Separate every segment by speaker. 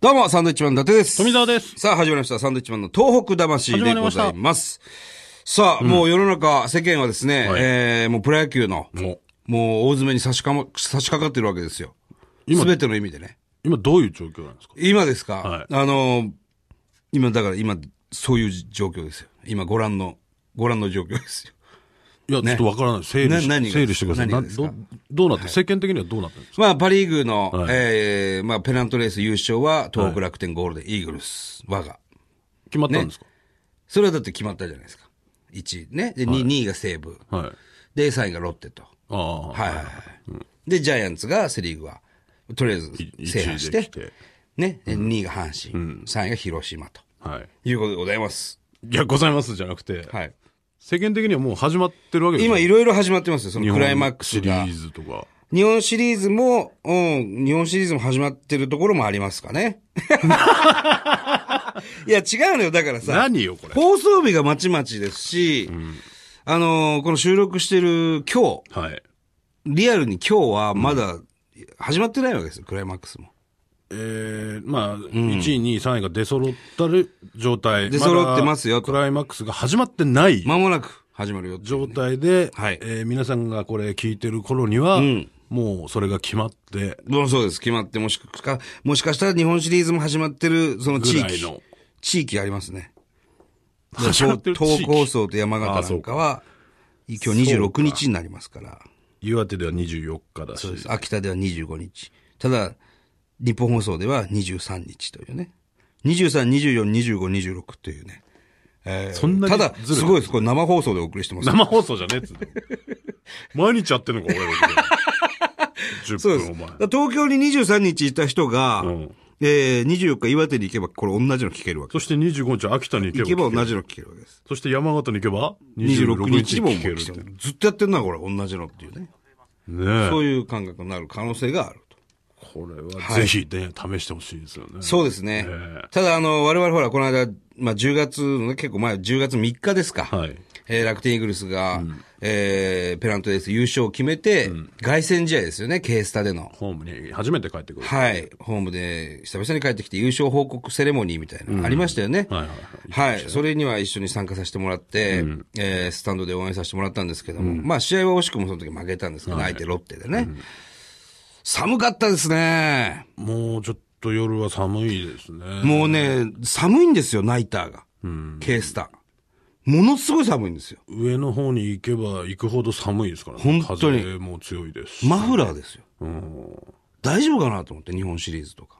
Speaker 1: どうも、サンドイッチマン伊達です。
Speaker 2: 富澤です。
Speaker 1: さあ、始まりました。サンドイッチマンの東北魂でございます。さあ、もう世の中、世間はですね、
Speaker 2: はい
Speaker 1: えー、もうプロ野球の、
Speaker 2: もう、
Speaker 1: もう大詰めに差しかも、差し掛かってるわけですよ。
Speaker 2: 今
Speaker 1: すべての意味でね。
Speaker 2: 今どういう状況なんですか
Speaker 1: 今ですか、
Speaker 2: はい
Speaker 1: あの、今、だから今、そういう状況ですよ。今、ご覧の、ご覧の状況ですよ。
Speaker 2: いや、ちょっとわからない。整理し
Speaker 1: な何が
Speaker 2: 整理してください。
Speaker 1: 何が
Speaker 2: な
Speaker 1: ですか
Speaker 2: どどうなって、世間的にはどうなってるんですか
Speaker 1: まあ、パリーグの、
Speaker 2: はい
Speaker 1: えー、まあ、ペナントレース優勝は、東北楽天ゴールデン、イーグルス、我が。
Speaker 2: 決まったんですか、
Speaker 1: それはだって決まったじゃないですか。1位ね。で、2位、2位が西武。
Speaker 2: はい。
Speaker 1: で、3位がロッテと。
Speaker 2: ああ、
Speaker 1: はいはいはい。で、ジャイアンツがセ・リーグは、とりあえず
Speaker 2: い
Speaker 1: 制覇し
Speaker 2: 一位で
Speaker 1: て
Speaker 2: 来て、
Speaker 1: ね、2位が阪神、3位が広島と
Speaker 2: はい。
Speaker 1: いうことでございます。
Speaker 2: いや、ございますじゃなくて、
Speaker 1: はい。
Speaker 2: 世間的にはもう始まってるわけですよ
Speaker 1: 今、いろいろ始まってますよ、そ
Speaker 2: 日
Speaker 1: の
Speaker 2: 本
Speaker 1: クライマックス
Speaker 2: シリ
Speaker 1: が。
Speaker 2: ーズとか。
Speaker 1: 日本シリーズも、うん、日本シリーズも始まってるところもありますか ね。いや、違うのよ。だからさ。
Speaker 2: 何よ、これ。
Speaker 1: 放送日がまちまちですし、あのーこの収録してる今日、
Speaker 2: はい。
Speaker 1: リアルに今日はまだ始まってないわけですよ、クライマックスも。
Speaker 2: えー、まあ、1位、2位、3位が出揃ったる状態。
Speaker 1: 出揃ってますよ
Speaker 2: だクライマックスが始まってない
Speaker 1: まもなく始まるよっていう
Speaker 2: 状
Speaker 1: ね、
Speaker 2: 態で、
Speaker 1: はい
Speaker 2: えー皆さんがこれ聞いてる頃には、
Speaker 1: ん
Speaker 2: もうそれが決まって、
Speaker 1: もうそうです。決まって、もしか、もしかしたら日本シリーズも始まってる、その地
Speaker 2: ぐらい
Speaker 1: 域
Speaker 2: の。
Speaker 1: 地域ありますね。
Speaker 2: 始まってる地
Speaker 1: 東東
Speaker 2: 域
Speaker 1: 北放送と山形なんかは、今日26日になりますから。
Speaker 2: 岩手では24日だし、
Speaker 1: 秋田では25日。ただ、日本放送では23日というね。23、24、25、26というね。えー
Speaker 2: そんなに
Speaker 1: ただ、
Speaker 2: ずる
Speaker 1: すごいです。これ生放送でお送りしてます。
Speaker 2: 生放送じゃねえ っつって。毎日やってんのか、俺ら。
Speaker 1: そう
Speaker 2: 10
Speaker 1: です。
Speaker 2: 分、
Speaker 1: だ
Speaker 2: お前
Speaker 1: か。ら東京に23日いた人が、
Speaker 2: うん
Speaker 1: えー、24日岩手に行けば、これ同じの聞けるわけ。
Speaker 2: そして25日、秋田に行
Speaker 1: 行
Speaker 2: け
Speaker 1: け
Speaker 2: ば
Speaker 1: ば同じの聞けるわけです。
Speaker 2: そして山形に行けば
Speaker 1: 26
Speaker 2: 26
Speaker 1: 日
Speaker 2: 日
Speaker 1: にも
Speaker 2: 聞け
Speaker 1: 聞
Speaker 2: る
Speaker 1: ける。ずっとやってんな、これ。同じのっていうね。
Speaker 2: ね
Speaker 1: そういう感覚になる可能性があると。
Speaker 2: え。これはぜひね、試してほしいですよね。
Speaker 1: そうですね。
Speaker 2: え
Speaker 1: ただ、あの、我々ほら、この間、まあ、10月のね、結構前、10月3日ですか。
Speaker 2: はい
Speaker 1: えー楽天イーグルスが、えーペナントレース優勝を決めて、凱旋試合ですよね、ケースタでの。
Speaker 2: ホームに初めて帰ってくる。
Speaker 1: はい。ホームで、久々に帰ってきて優勝報告セレモニーみたいな、ありましたよね。
Speaker 2: はいはい
Speaker 1: はい。それには一緒に参加させてもらって、えースタンドで応援させてもらったんですけども、まあ試合は惜しくもその時負けたんですけど、相手ロッテでね。寒かったですね。
Speaker 2: もうちょっと夜は寒いですね。
Speaker 1: もうね、寒いんですよ、ナイターが。ケースター。ものすごい寒いんですよ。
Speaker 2: 上の方に行けば行くほど寒いですからね。
Speaker 1: 本当に
Speaker 2: 風も強いですし。
Speaker 1: マフラーですよ。
Speaker 2: うん
Speaker 1: 大丈夫かなと思って、日本シリーズとか。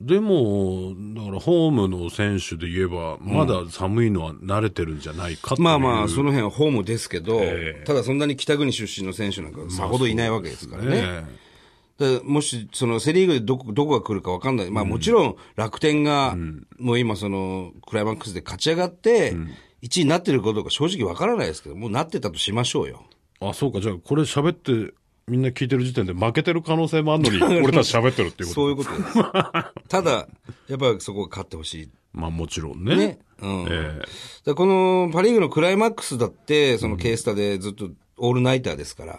Speaker 2: でも、だからホームの選手で言えば、まだ寒いのは慣れてるんじゃないかっていう。
Speaker 1: まあまあ、その辺はホームですけど、
Speaker 2: ええ
Speaker 1: ただそんなに北国出身の選手なんかさほどいないわけですからね。
Speaker 2: ね
Speaker 1: だからもし、そのセリーグでどこ、どこが来るかわかんない。まあもちろん楽天が、もう今その、クライマックスで勝ち上がって、1位になってるかどうか正直わからないですけど、もうなってたとしましょうよ。
Speaker 2: あ、そうか、じゃあこれ喋って、みんな聞いてる時点で負けてる可能性もある のに、俺たち喋ってるっていうこと。
Speaker 1: そういうことです。 ただ、やっぱりそこが勝ってほしい。
Speaker 2: まあもちろんね。
Speaker 1: ね。うん。だか
Speaker 2: え
Speaker 1: らこのパリーグのクライマックスだって、そのケースタでずっとオールナイターですから、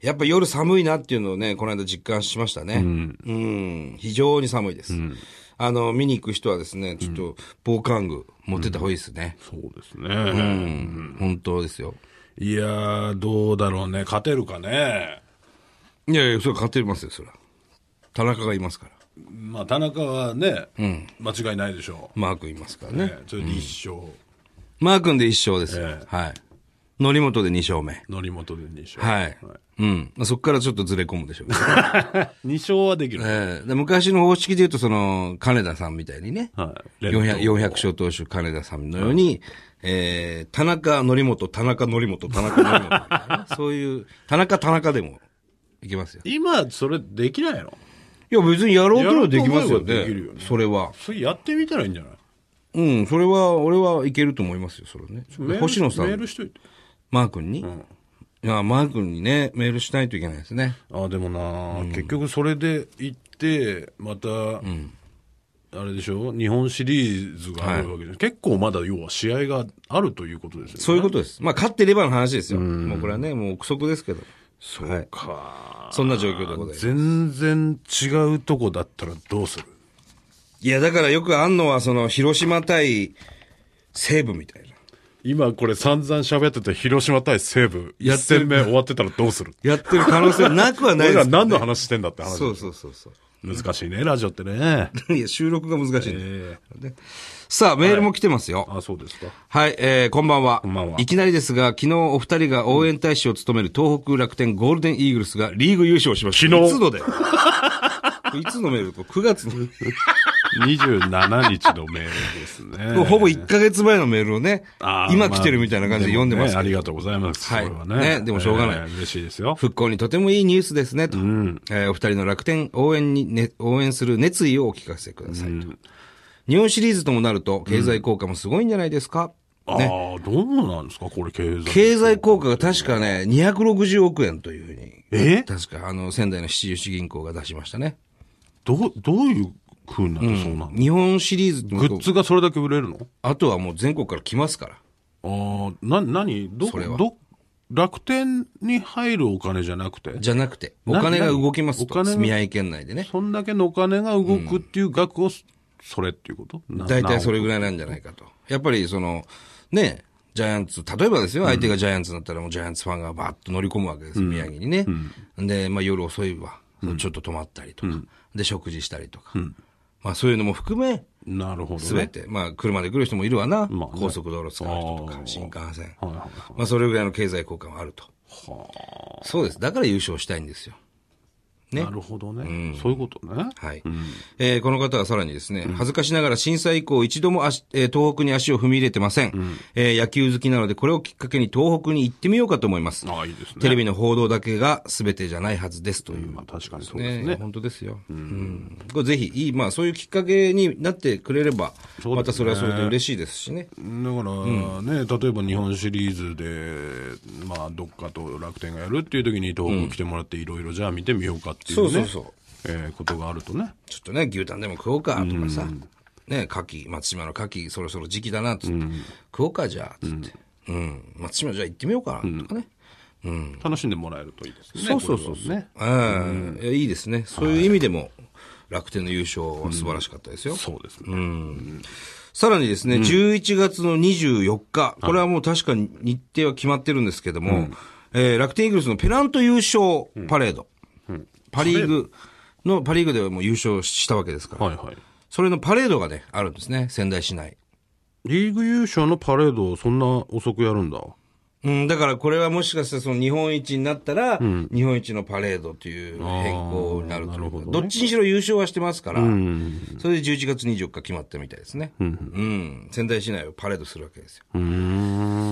Speaker 1: やっぱ夜寒いなっていうのをね、この間実感しましたね。うん。非常に寒いです。あの、見に行く人はですね、ちょっと防寒具持ってった方がいいですね。
Speaker 2: そうです
Speaker 1: う
Speaker 2: ね。
Speaker 1: ん。本当ですよ。
Speaker 2: いやー、どうだろうね。勝てるかね。
Speaker 1: いやいや、それ勝ってますよ、それは。田中がいますから。
Speaker 2: まあ田中はね、間違いないでしょ
Speaker 1: マー君いますから
Speaker 2: う。
Speaker 1: ね。
Speaker 2: ね、それで一勝、
Speaker 1: マー君で1勝ですよ。
Speaker 2: え
Speaker 1: はい。則本で2勝目。
Speaker 2: 則本で二勝。
Speaker 1: はい。うん。まあそこからちょっとずれ込むでしょうけど。
Speaker 2: 二勝はできる。
Speaker 1: ええで昔の方式で言うと、その、金田さんみたいにね、
Speaker 2: はい。
Speaker 1: 400, 400勝投手金田さんのように、ええ田中則本、田中則本、田中則本みたいな ね、そういう、田中田中でもいけますよ。
Speaker 2: 今、それできないの
Speaker 1: いや、別にやろうとはできますよ
Speaker 2: やろうと思えば
Speaker 1: ね。
Speaker 2: できるよね
Speaker 1: それは。
Speaker 2: それやってみたらいいんじゃない
Speaker 1: うん、それは、俺はいけると思いますよ、それね。
Speaker 2: メール
Speaker 1: 星野さ
Speaker 2: メー
Speaker 1: ん、
Speaker 2: ルしといて。
Speaker 1: マー君に、いや、マー君にね、メールしないといけないですね。
Speaker 2: あでもな、結局それで行って、また、あれでしょ、日本シリーズがあるわけで、結構まだ要は試合があるということですよね。
Speaker 1: そういうことです。まあ、勝ってればの話ですよ。もうこれはね、もう憶測ですけど。そう
Speaker 2: か
Speaker 1: そんな状況でございます。
Speaker 2: 全然違うとこだったらどうする
Speaker 1: いや、だからよくあんのは、その、広島対西部みたいな。
Speaker 2: 今これ散々喋ってて広島対西武、1戦目終わってたらどうする
Speaker 1: やってる可能性なくはない で
Speaker 2: 俺ら
Speaker 1: すけどね
Speaker 2: 何の話してんだって話。
Speaker 1: そうそうそうそう。
Speaker 2: 難しいね、ラジオってね。
Speaker 1: いや、収録が難しいね、ねさあ、メールも来てますよ。
Speaker 2: あ、そうですか。
Speaker 1: はい、えー、こんばんは。こ
Speaker 2: んばんはい
Speaker 1: きなりですが、昨日お二人が応援大使を務める東北楽天ゴールデンイーグルスがリーグ優勝しました。
Speaker 2: 昨日
Speaker 1: いつので いつのメールと ?9 月の。
Speaker 2: 27日のメールですね。
Speaker 1: ほぼ1ヶ月前のメールをね
Speaker 2: あ、ー
Speaker 1: 今来てるみたいな感じで読んでます
Speaker 2: ねあ
Speaker 1: け
Speaker 2: り
Speaker 1: ど。
Speaker 2: がとうございます。
Speaker 1: はい
Speaker 2: それはね。
Speaker 1: ねでもしょうがない
Speaker 2: えー嬉しいですよ。
Speaker 1: 復興にとてもいいニュースですね、と。えーお二人の楽天応援に、ね、応援する熱意をお聞かせくださいと。日本シリーズともなると、経済効果もすごいんじゃないですか、
Speaker 2: ああ
Speaker 1: ね。
Speaker 2: ー、どうなんですかこれ経済。
Speaker 1: 経済効果が確かね、260億円というふうに。
Speaker 2: え
Speaker 1: 確か、あの、仙台の七吉銀行が出しましたね。
Speaker 2: どう、どういう風になってそうなの、
Speaker 1: 日本シリーズって
Speaker 2: グ
Speaker 1: こと
Speaker 2: ッズがそれだけ売れるの
Speaker 1: あとはもう全国から来ますから。
Speaker 2: ああ、な、何ど、
Speaker 1: それは
Speaker 2: ど、楽天に入るお金じゃなくて
Speaker 1: じゃなくて、お
Speaker 2: な
Speaker 1: 金が動きます
Speaker 2: お金
Speaker 1: と。
Speaker 2: が
Speaker 1: 住合県内でね。
Speaker 2: そんだけのお金が動くっていう額を、それっていうことな
Speaker 1: 大体
Speaker 2: な
Speaker 1: それぐらいなんじゃないかと。やっぱりその、ね、ジャイアンツ、例えばですよ、相手がジャイアンツになったらもうジャイアンツファンがバーッと乗り込むわけです、宮城にね。で、まあ夜遅いわ、ちょっと泊まったりとか、で、食事したりとか。まあそういうのも含め、
Speaker 2: なるほど、ね。
Speaker 1: すべて、まあ車で来る人もいるわな。
Speaker 2: まあね
Speaker 1: 高速道路使う人と
Speaker 2: あ
Speaker 1: か、
Speaker 2: ー
Speaker 1: 新幹線。
Speaker 2: はいはいはい。
Speaker 1: まあそれぐらいの経済効果もあると。そうです。だから優勝したいんですよ。ね
Speaker 2: なるほどね、そういうことね。
Speaker 1: はい。えーこの方はさらにですね、恥ずかしながら震災以降一度も足、えー東北に足を踏み入れてません、えー野球好きなのでこれをきっかけに東北に行ってみようかと思います。
Speaker 2: ああ、いいですね。
Speaker 1: テレビの報道だけが全てじゃないはずですという。
Speaker 2: まあ確かにそうです
Speaker 1: ね
Speaker 2: ね。
Speaker 1: 本当ですよ。うん。これぜひ、いい、まあそういうきっかけになってくれれば、
Speaker 2: すね
Speaker 1: またそれはそれで嬉しいですしね。
Speaker 2: だからね、例えば日本シリーズで、まあ、どっかと楽天がやるっていう時に東北来てもらっていろいろじゃあ見てみようかっていうね、
Speaker 1: そうそうそう
Speaker 2: えーことがあるとね。
Speaker 1: ちょっとね、牛タンでも食おうかとかさ、ね、牡蠣、松島の牡蠣、そろそろ時期だな、つって、食おうか、じゃあ、つって、うん、松島じゃあ行ってみようかな、とかね。
Speaker 2: 楽しんでもらえるといいですね。
Speaker 1: そうそうそう
Speaker 2: これはね。
Speaker 1: うん、いやいいですね。そういう意味でも、楽天の優勝は素晴らしかったですよ。
Speaker 2: そうですね。
Speaker 1: さらにですね、11月の24日、これはもう確かに日程は決まってるんですけども、えー楽天イーグルスのペナント優勝パレード、パリーグの、パリーグではもう優勝したわけですから、
Speaker 2: はいはい。
Speaker 1: それのパレードがね、あるんですね、仙台市内。
Speaker 2: リーグ優勝のパレードをそんな遅くやるんだ。
Speaker 1: うん、だからこれはもしかしたらその日本一になったら、日本一のパレードという変更になるというかどっちにしろ優勝はしてますから、それで11月24日決まったみたいですね。うん、仙台市内をパレードするわけですよ。
Speaker 2: うー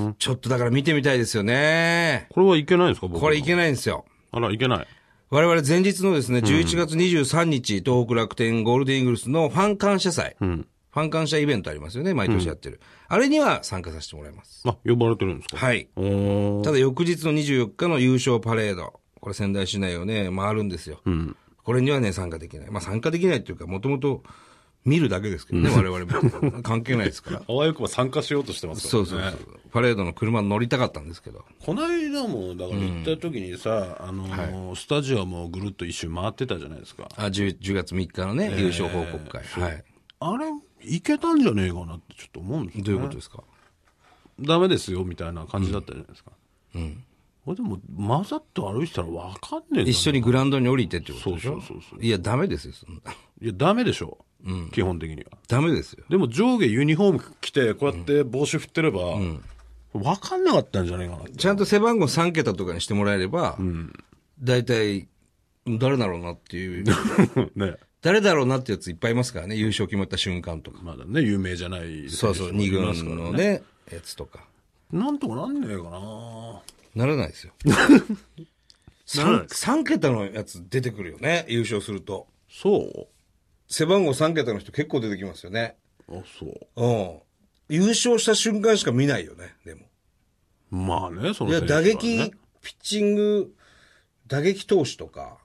Speaker 2: ん。
Speaker 1: ちょっとだから見てみたいですよね。
Speaker 2: これはいけないですか僕は
Speaker 1: これいけないんですよ。
Speaker 2: あら、いけない。
Speaker 1: 我々前日のですね、11月23日、東北楽天ゴールデンイーグルスのファン感謝祭、ファン感謝イベントありますよね、毎年やってる。あれには参加させてもらいます。
Speaker 2: あ、呼ばれてるんですか
Speaker 1: はい。
Speaker 2: おー
Speaker 1: ただ翌日の24日の優勝パレード、これ仙台市内をね、回るんですよ。これにはね、参加できない。まあ参加できないっていうか、もともと見るだけですけどね、我々も。関係ないです から。
Speaker 2: あわよくば参加しようとしてます
Speaker 1: そうそうそう。パレードの車に乗りたかったんですけど。
Speaker 2: この間も、だから行った時にさ、あのースタジアムをぐるっと一周回ってたじゃないですか。
Speaker 1: あ 10, 10月3日のね、優勝報告会。はい。
Speaker 2: あれ、行けたんじゃねえかなってちょっと思うんですよ、ね。
Speaker 1: どういうことですか
Speaker 2: ダメですよ、みたいな感じだったじゃないですか。うん。これでも、混ざって歩いてたらわかんねえんだよね
Speaker 1: 一緒にグラウンドに降りてってこと
Speaker 2: そう
Speaker 1: でしょ
Speaker 2: そうそうそう。
Speaker 1: いや、ダメですよ、そんな。
Speaker 2: いや、ダメでしょ。基本的には。
Speaker 1: ダメですよ。
Speaker 2: でも上下ユニフォーム着て、こうやって帽子振ってれば、わ、かんなかったんじゃないかなって。
Speaker 1: ちゃんと背番号3桁とかにしてもらえれば、大体、誰だろうなっていう。
Speaker 2: ね。
Speaker 1: 誰だろうなってやついっぱいいますからね、優勝決まった瞬間とか。
Speaker 2: まだね、有名じゃない。
Speaker 1: そうそう、二軍のね、やつとか。
Speaker 2: なんとかなんねえかな
Speaker 1: な らないですよ。
Speaker 2: ならない
Speaker 1: 3, 桁のやつ出てくるよね、優勝すると。
Speaker 2: そう
Speaker 1: 背番号3桁の人結構出てきますよね。
Speaker 2: あ、そう。
Speaker 1: うん。優勝した瞬間しか見ないよね、でも。
Speaker 2: まあね、そ
Speaker 1: い
Speaker 2: の
Speaker 1: や、
Speaker 2: 選手
Speaker 1: 打
Speaker 2: はね
Speaker 1: 撃、ピッチング、打撃投手とか。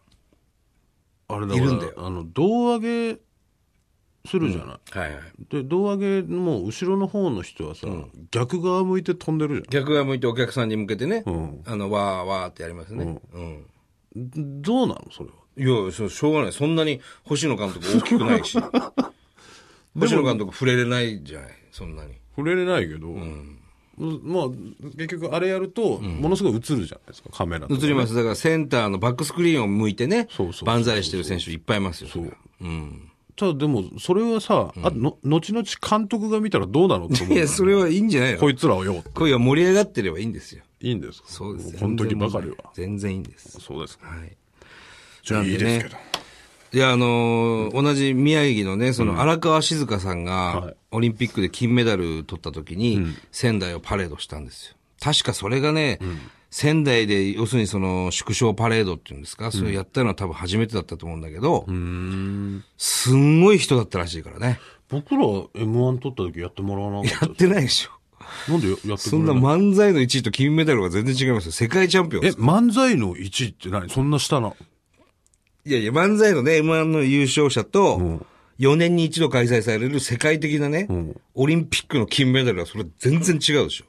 Speaker 2: あれだ
Speaker 1: い
Speaker 2: か
Speaker 1: る
Speaker 2: ら
Speaker 1: んだよ
Speaker 2: あの、胴上げするじゃない。
Speaker 1: はいはい。
Speaker 2: で、胴上げもう後ろの方の人はさ、逆側向いて飛んでるじ
Speaker 1: 逆側向いてお客さんに向けてね、
Speaker 2: ん
Speaker 1: あの、わーわーってやりますね。うん
Speaker 2: ゃん。どうなのそれは。
Speaker 1: いや、そうしょうがない。そんなに星野監督大きくないし。星野監督触れれないじゃない、そんなに。
Speaker 2: 触れれないけど、まあ、結局あれやると、ものすごい映るじゃないですか、カメラとか
Speaker 1: 映
Speaker 2: ね
Speaker 1: ります。だからセンターのバックスクリーンを向いてね
Speaker 2: そうそうそうそ、う
Speaker 1: 万歳してる選手いっぱいいますよ。それはうん。
Speaker 2: ただでも、それはさ、あの、後々監督が見たらどうなのって思う、
Speaker 1: いや、それはいいんじゃないの
Speaker 2: こいつらをよ。
Speaker 1: 恋は盛り上がってればいいんですよ。
Speaker 2: いいんですか
Speaker 1: そうです。
Speaker 2: この時ばかりは。
Speaker 1: 全然いいんです。
Speaker 2: そうですか。
Speaker 1: はい。
Speaker 2: じゃあ
Speaker 1: なんで
Speaker 2: い
Speaker 1: ね
Speaker 2: いですけど。
Speaker 1: いや、あのー同じ宮城のね、その荒川静香さんが
Speaker 2: い、
Speaker 1: オリンピックで金メダル取った時に、仙台をパレードしたんですよ。確かそれがね、仙台で、要するにその、縮小パレードっていうんですか、それやったのは多分初めてだったと思うんだけど、すんごい人だったらしいからね。
Speaker 2: 僕ら M1 取った時やってもらわなかった
Speaker 1: やってないでしょ。
Speaker 2: なんでやってくれない
Speaker 1: そんな漫才の1位と金メダルは全然違いますよ。世界チャンピオン
Speaker 2: え、
Speaker 1: です。
Speaker 2: 漫才の1位って何そんな下な。
Speaker 1: いやいや、漫才のね、M1 の優勝者と、4年に一度開催される世界的なね、オリンピックの金メダルはそれ全然違うでしょ。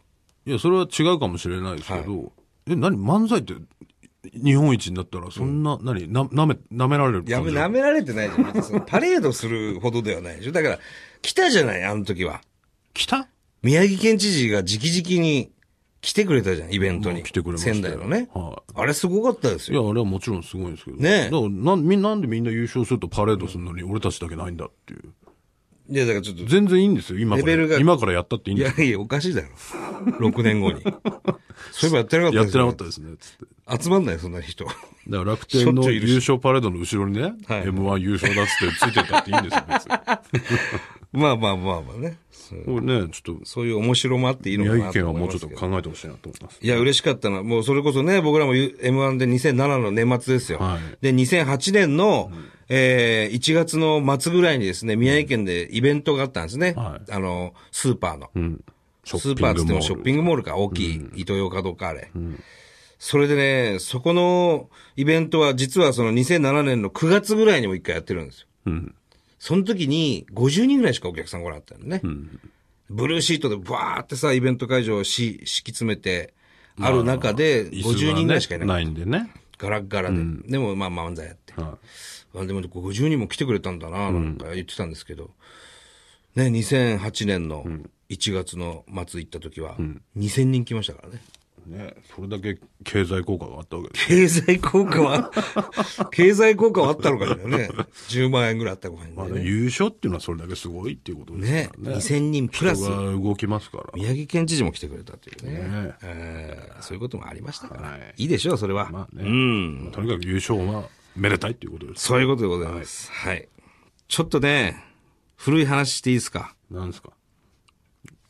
Speaker 2: いや、それは違うかもしれないですけど、え、何漫才って日本一になったら、そんな、何な、なめ、舐められる
Speaker 1: やめ、
Speaker 2: 感じ
Speaker 1: 舐められてない じゃん。別にそのパレードするほどではないでしょ。だから、来たじゃない、あの時は。
Speaker 2: 来た
Speaker 1: 宮城県知事が直々に来てくれたじゃん、イベントに。
Speaker 2: 来てくれましたよ
Speaker 1: 仙台のね。
Speaker 2: は
Speaker 1: あれすごかったです
Speaker 2: い
Speaker 1: よ。
Speaker 2: や、あれはもちろんすごいんですけど。
Speaker 1: ねえ
Speaker 2: だからなんみんなんでみんな優勝するとパレードするのに俺たちだけないんだっていう。
Speaker 1: いや、だからちょっと、
Speaker 2: 全然いいんですよ、今か
Speaker 1: レベル
Speaker 2: ら。
Speaker 1: が
Speaker 2: 今からやったっていいん
Speaker 1: い
Speaker 2: です
Speaker 1: や
Speaker 2: よ。
Speaker 1: いや、おかしい だろ。6年後に。そういえばやってなかったで
Speaker 2: やっ
Speaker 1: す
Speaker 2: て
Speaker 1: よね
Speaker 2: なかったですね、つって。
Speaker 1: 集まんない、そんな人。
Speaker 2: だから楽天
Speaker 1: しょっちゅ
Speaker 2: の
Speaker 1: ういるし
Speaker 2: 優勝パレードの後ろにね、
Speaker 1: はい
Speaker 2: M1 優勝だっつってついてたっていいんですよ、別に。
Speaker 1: まあまあまあまあね。 そう
Speaker 2: これね、ちょっと、
Speaker 1: そういう面白もあっていいのか
Speaker 2: 宮
Speaker 1: なと
Speaker 2: 城県は
Speaker 1: 思
Speaker 2: も
Speaker 1: いうま
Speaker 2: ち
Speaker 1: す
Speaker 2: ょっ
Speaker 1: け
Speaker 2: と
Speaker 1: ど。
Speaker 2: 考えてほしいなと思います。
Speaker 1: いや、嬉しかったのは、もうそれこそね、僕らも M1 で2007の年末ですよ。
Speaker 2: はい
Speaker 1: で、2008年の、えー1月の末ぐらいにですね、宮城県でイベントがあったんですね。
Speaker 2: は
Speaker 1: あの、スーパーの。
Speaker 2: うん。ショ
Speaker 1: ス
Speaker 2: ッ
Speaker 1: ー
Speaker 2: ピン
Speaker 1: パー
Speaker 2: グ
Speaker 1: っつってもショッピ
Speaker 2: ング。
Speaker 1: ングモールか、大きい、イトーヨーカドーかあれ。それでね、そこのイベントは実はその2007年の9月ぐらいにも一回やってるんですよ。
Speaker 2: うん。
Speaker 1: その時に50人ぐらいしかお客さん来なかったのね。ブルーシートでバーってさ、イベント会場をし敷き詰めて、ある中で
Speaker 2: 椅子がね
Speaker 1: 50人ぐらいしかいなかった。
Speaker 2: ないんでね。
Speaker 1: ガラッガラで。でもまあ漫才やって。
Speaker 2: は
Speaker 1: あでも50人も来てくれたんだな、なんか言ってたんですけど、ね、2008年の1月の末行った時は、2000人来ましたからね。
Speaker 2: い。ね、それだけ経済効果があったわけです。
Speaker 1: 経済効果 は、経済効果はあったのかしらね。10万円ぐらいあったごめん
Speaker 2: まあ
Speaker 1: ね。
Speaker 2: ね優勝っていうのはそれだけすごいっていうことです
Speaker 1: ね、
Speaker 2: からね。
Speaker 1: 2000人プ
Speaker 2: 人
Speaker 1: ラス、
Speaker 2: が動きますから。
Speaker 1: 宮城県知事も来てくれたというね。
Speaker 2: ね
Speaker 1: えーそういうこともありましたから。
Speaker 2: はい
Speaker 1: い、いでしょう、それは。
Speaker 2: まあね。
Speaker 1: うん。
Speaker 2: まあとにかく優勝はめでたいっていうことです。
Speaker 1: そういうことでございます。はい。ちょっとね、古い話していいですか
Speaker 2: なんですか。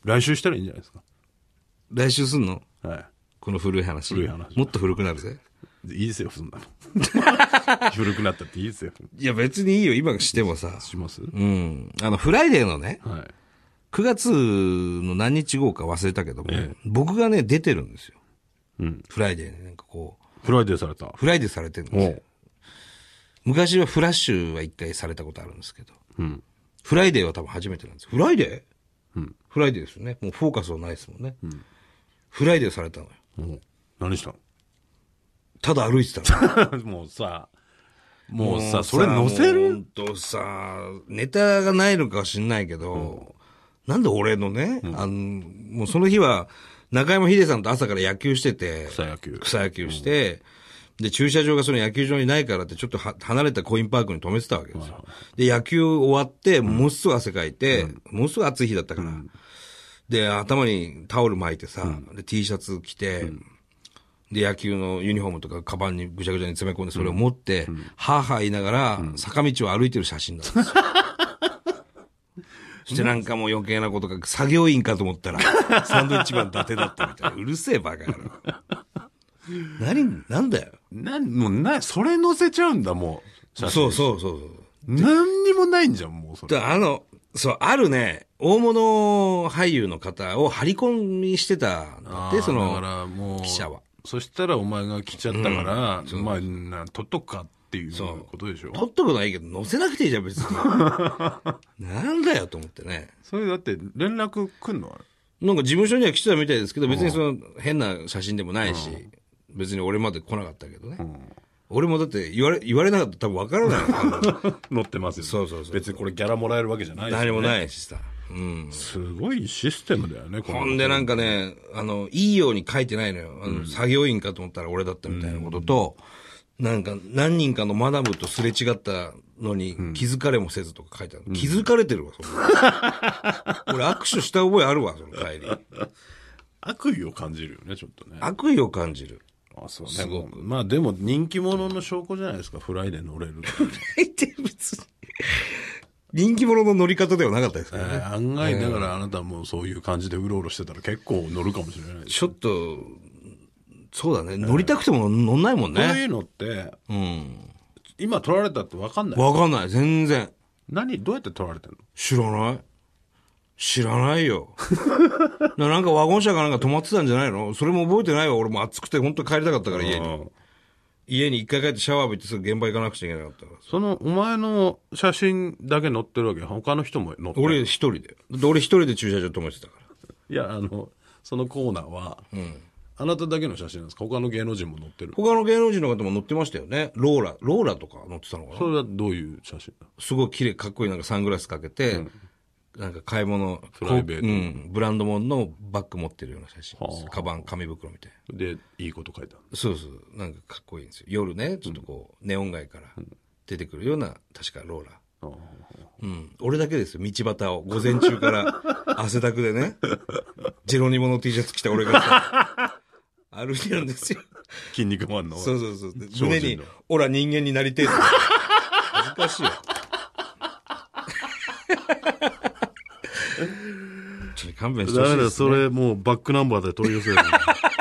Speaker 2: 来週したらいいんじゃないですか。
Speaker 1: 来週すんの
Speaker 2: は
Speaker 1: この古い話。
Speaker 2: 古い話
Speaker 1: もっと古くなるぜ。
Speaker 2: い。いいですよ、そんなの。 古くなったっていいですよ。
Speaker 1: いや、別にいいよ、今してもさ。
Speaker 2: します
Speaker 1: うん。あの、フライデーのね、
Speaker 2: はい。
Speaker 1: 9月の何日号か忘れたけども、
Speaker 2: ええ
Speaker 1: 僕がね、出てるんですよ。
Speaker 2: うん。
Speaker 1: フライデーになんかこう、
Speaker 2: フライデーされた。
Speaker 1: フライデーされてるんですよ。昔はフラッシュは一回されたことあるんですけど、
Speaker 2: うん。
Speaker 1: フライデーは多分初めてなんですよ。フライデーうん。フライデーですよね。もうフォーカスはないですもんね。フライデーされたのよ。
Speaker 2: もう、何した
Speaker 1: ただ歩いてたの。
Speaker 2: の もうさ、もうさ、それ載せ
Speaker 1: もう
Speaker 2: る
Speaker 1: ほんとさ、ネタがないのか知んないけど、なんで俺のね、あの、もうその日は、中山秀さんと朝から野球してて、
Speaker 2: 草野球。
Speaker 1: 草野球して、で、駐車場がその野球場にないからって、ちょっとは離れたコインパークに止めてたわけですよ。で、野球終わって、ものすごい汗かいて、ものすごい暑い日だったから。で、頭にタオル巻いてさ、で、T シャツ着て、で、野球のユニフォームとか、カバンにぐちゃぐちゃに詰め込んで、それを持って、はぁはぁ言いながら、坂道を歩いてる写真なんですよ。 そしてなんかもう余計なことが、作業員かと思ったら、サンドイッチマン伊達だったみたいな。うるせえバカ野郎。何、なんだよ。
Speaker 2: なん、もうな、それ載せちゃうんだ、もう。写真
Speaker 1: そうそうそうそう。
Speaker 2: 何にもないんじゃん、もうそれ。
Speaker 1: だあの、そう、あるね、大物俳優の方を張り込みしてたんだって、その、
Speaker 2: だからもう、
Speaker 1: 記者は。
Speaker 2: そしたらお前が来ちゃったから、まあ、な取っとくかっていう
Speaker 1: そう
Speaker 2: ことでしょ。
Speaker 1: 撮っとくのはいいけど、載せなくていいじゃん、 別に。なんだよと思ってね。
Speaker 2: それだって連絡来んのあれ。
Speaker 1: なんか事務所には来てたみたいですけど、別にその変な写真でもないし、別に俺まで来なかったけどね。俺もだって言われ、言われなかったら多分わから ない。
Speaker 2: 乗ってますよ、ね。
Speaker 1: そうそうそう
Speaker 2: 別にこれギャラもらえるわけじゃないし、ね。
Speaker 1: 何もないしさ。うん。
Speaker 2: すごいシステムだよね、これ
Speaker 1: ほんでなんかね、あの、いいように書いてないのよ。あの、作業員かと思ったら俺だったみたいなことと、なんか何人かのマダムとすれ違ったのに気づかれもせずとか書いてある。気づかれてるわ、そ れ俺握手した覚えあるわ、その帰り。
Speaker 2: 悪意を感じるよね、ちょっとね。
Speaker 1: 悪意を感じる。
Speaker 2: あ、そうね。すごく。まあでも人気者の証拠じゃないですか、フライで乗れる って。
Speaker 1: 大体別に。人気者の乗り方ではなかったですか
Speaker 2: え
Speaker 1: らね。
Speaker 2: ー案外、だからあなたもそういう感じでうろうろしてたら結構乗るかもしれないです。
Speaker 1: ちょっと、そうだね。乗りたくても乗んないもん
Speaker 2: こうい
Speaker 1: ね。
Speaker 2: うのって、
Speaker 1: うん。
Speaker 2: 今取られたって分かんない。
Speaker 1: わかんない。全然。
Speaker 2: 何どうやって取られてんの
Speaker 1: 知らない知らないよ。 ななんかワゴン車かなんか止まってたんじゃないのそれも覚えてないわ。俺も暑くて本当帰りたかったから家に。
Speaker 2: うん
Speaker 1: 家に一回帰ってシャワー浴びてすぐ現場行かなくちゃいけなかったから。
Speaker 2: その、お前の写真だけ載ってるわけ他の人も載ってる。
Speaker 1: 俺一人で。だって俺一人で駐車場止めてたから。
Speaker 2: いや、あの、そのコーナーは、あなただけの写真なんですか他の芸能人も載ってる。
Speaker 1: 他の芸能人の方も乗ってましたよね。ローラ、ローラとか乗ってたのかな
Speaker 2: それはどういう写真だ
Speaker 1: すごい綺麗、かっこいいなんかサングラスかけて、なんか買い物、
Speaker 2: プライベート
Speaker 1: こううん、ブランド物のバッグ持ってるような写真です。カバン、紙袋みたいな。
Speaker 2: で、いいこと書いてある。
Speaker 1: そうそう、なんかかっこいいんですよ。夜ね、ちょっとこう、ネオン街から出てくるような、確かローラー。うん、俺だけですよ、道端を。午前中 から汗だくでね、ジェロニモの T シャツ着た俺がさ、 歩いてるんですよ。
Speaker 2: 筋肉マンの。
Speaker 1: そうそうそう。で
Speaker 2: 精進の
Speaker 1: 胸に、オラ人間になりてえって。恥ずかしいよ。 ちょっと勘弁してほし
Speaker 2: だ
Speaker 1: い
Speaker 2: か
Speaker 1: で
Speaker 2: ら
Speaker 1: す、
Speaker 2: そ
Speaker 1: ね。
Speaker 2: れもうバックナンバーで取り寄せる。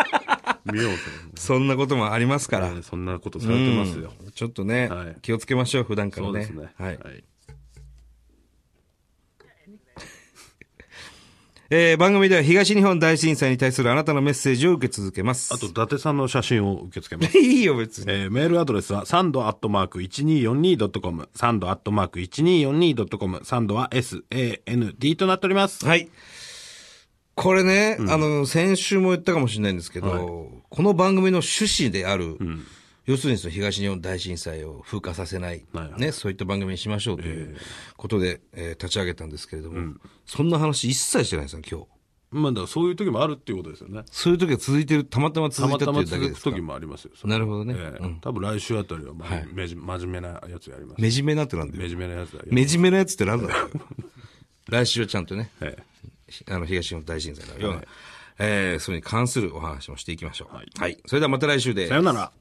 Speaker 2: 見よう
Speaker 1: そんなこともありますか
Speaker 2: と
Speaker 1: ら
Speaker 2: 思。う。そんなことされてますよ。
Speaker 1: うんちょっとね、
Speaker 2: はい
Speaker 1: 気をつけましょう、普段から
Speaker 2: そう
Speaker 1: ね。
Speaker 2: ですね。
Speaker 1: はい。
Speaker 2: はい
Speaker 1: えー番組では東日本大震災に対するあなたのメッセージを受け続けます。
Speaker 2: あと、伊、達さんの写真を受け付けます。
Speaker 1: いいよ、別に。
Speaker 2: えーメールアドレスはサンドアットマーク 1242.com サンドアットマーク 1242.com サンドは SAND となっております。
Speaker 1: はい。これね、あの、先週も言ったかもしれないんですけど、この番組の趣旨である、要するにその東日本大震災を風化させない、
Speaker 2: はいはい
Speaker 1: ね、そういった番組にしましょうということで、えー立ち上げたんですけれども、そんな話一切してないですよ、今日。
Speaker 2: まあ、だからそういう時もあるっていうことですよね。
Speaker 1: そういう時は続いてる、たまたま
Speaker 2: た
Speaker 1: 続い
Speaker 2: ま
Speaker 1: た
Speaker 2: た
Speaker 1: ってい
Speaker 2: ま
Speaker 1: うだけ
Speaker 2: 続
Speaker 1: で
Speaker 2: く
Speaker 1: すか
Speaker 2: 時もありますよ。それ
Speaker 1: なるほどね。
Speaker 2: ええ多分来週あたりは、まあめじ真面目なやつやります。
Speaker 1: 目じめなってなんだよ。
Speaker 2: 真面目なやつだよ。
Speaker 1: 目じめなやつってなんだ ろう。来週はちゃんとね、
Speaker 2: ええ
Speaker 1: あの、東日本大震災のような、えーそれに関するお話もしていきましょう。はい。それではまた来週で。
Speaker 2: さよなら。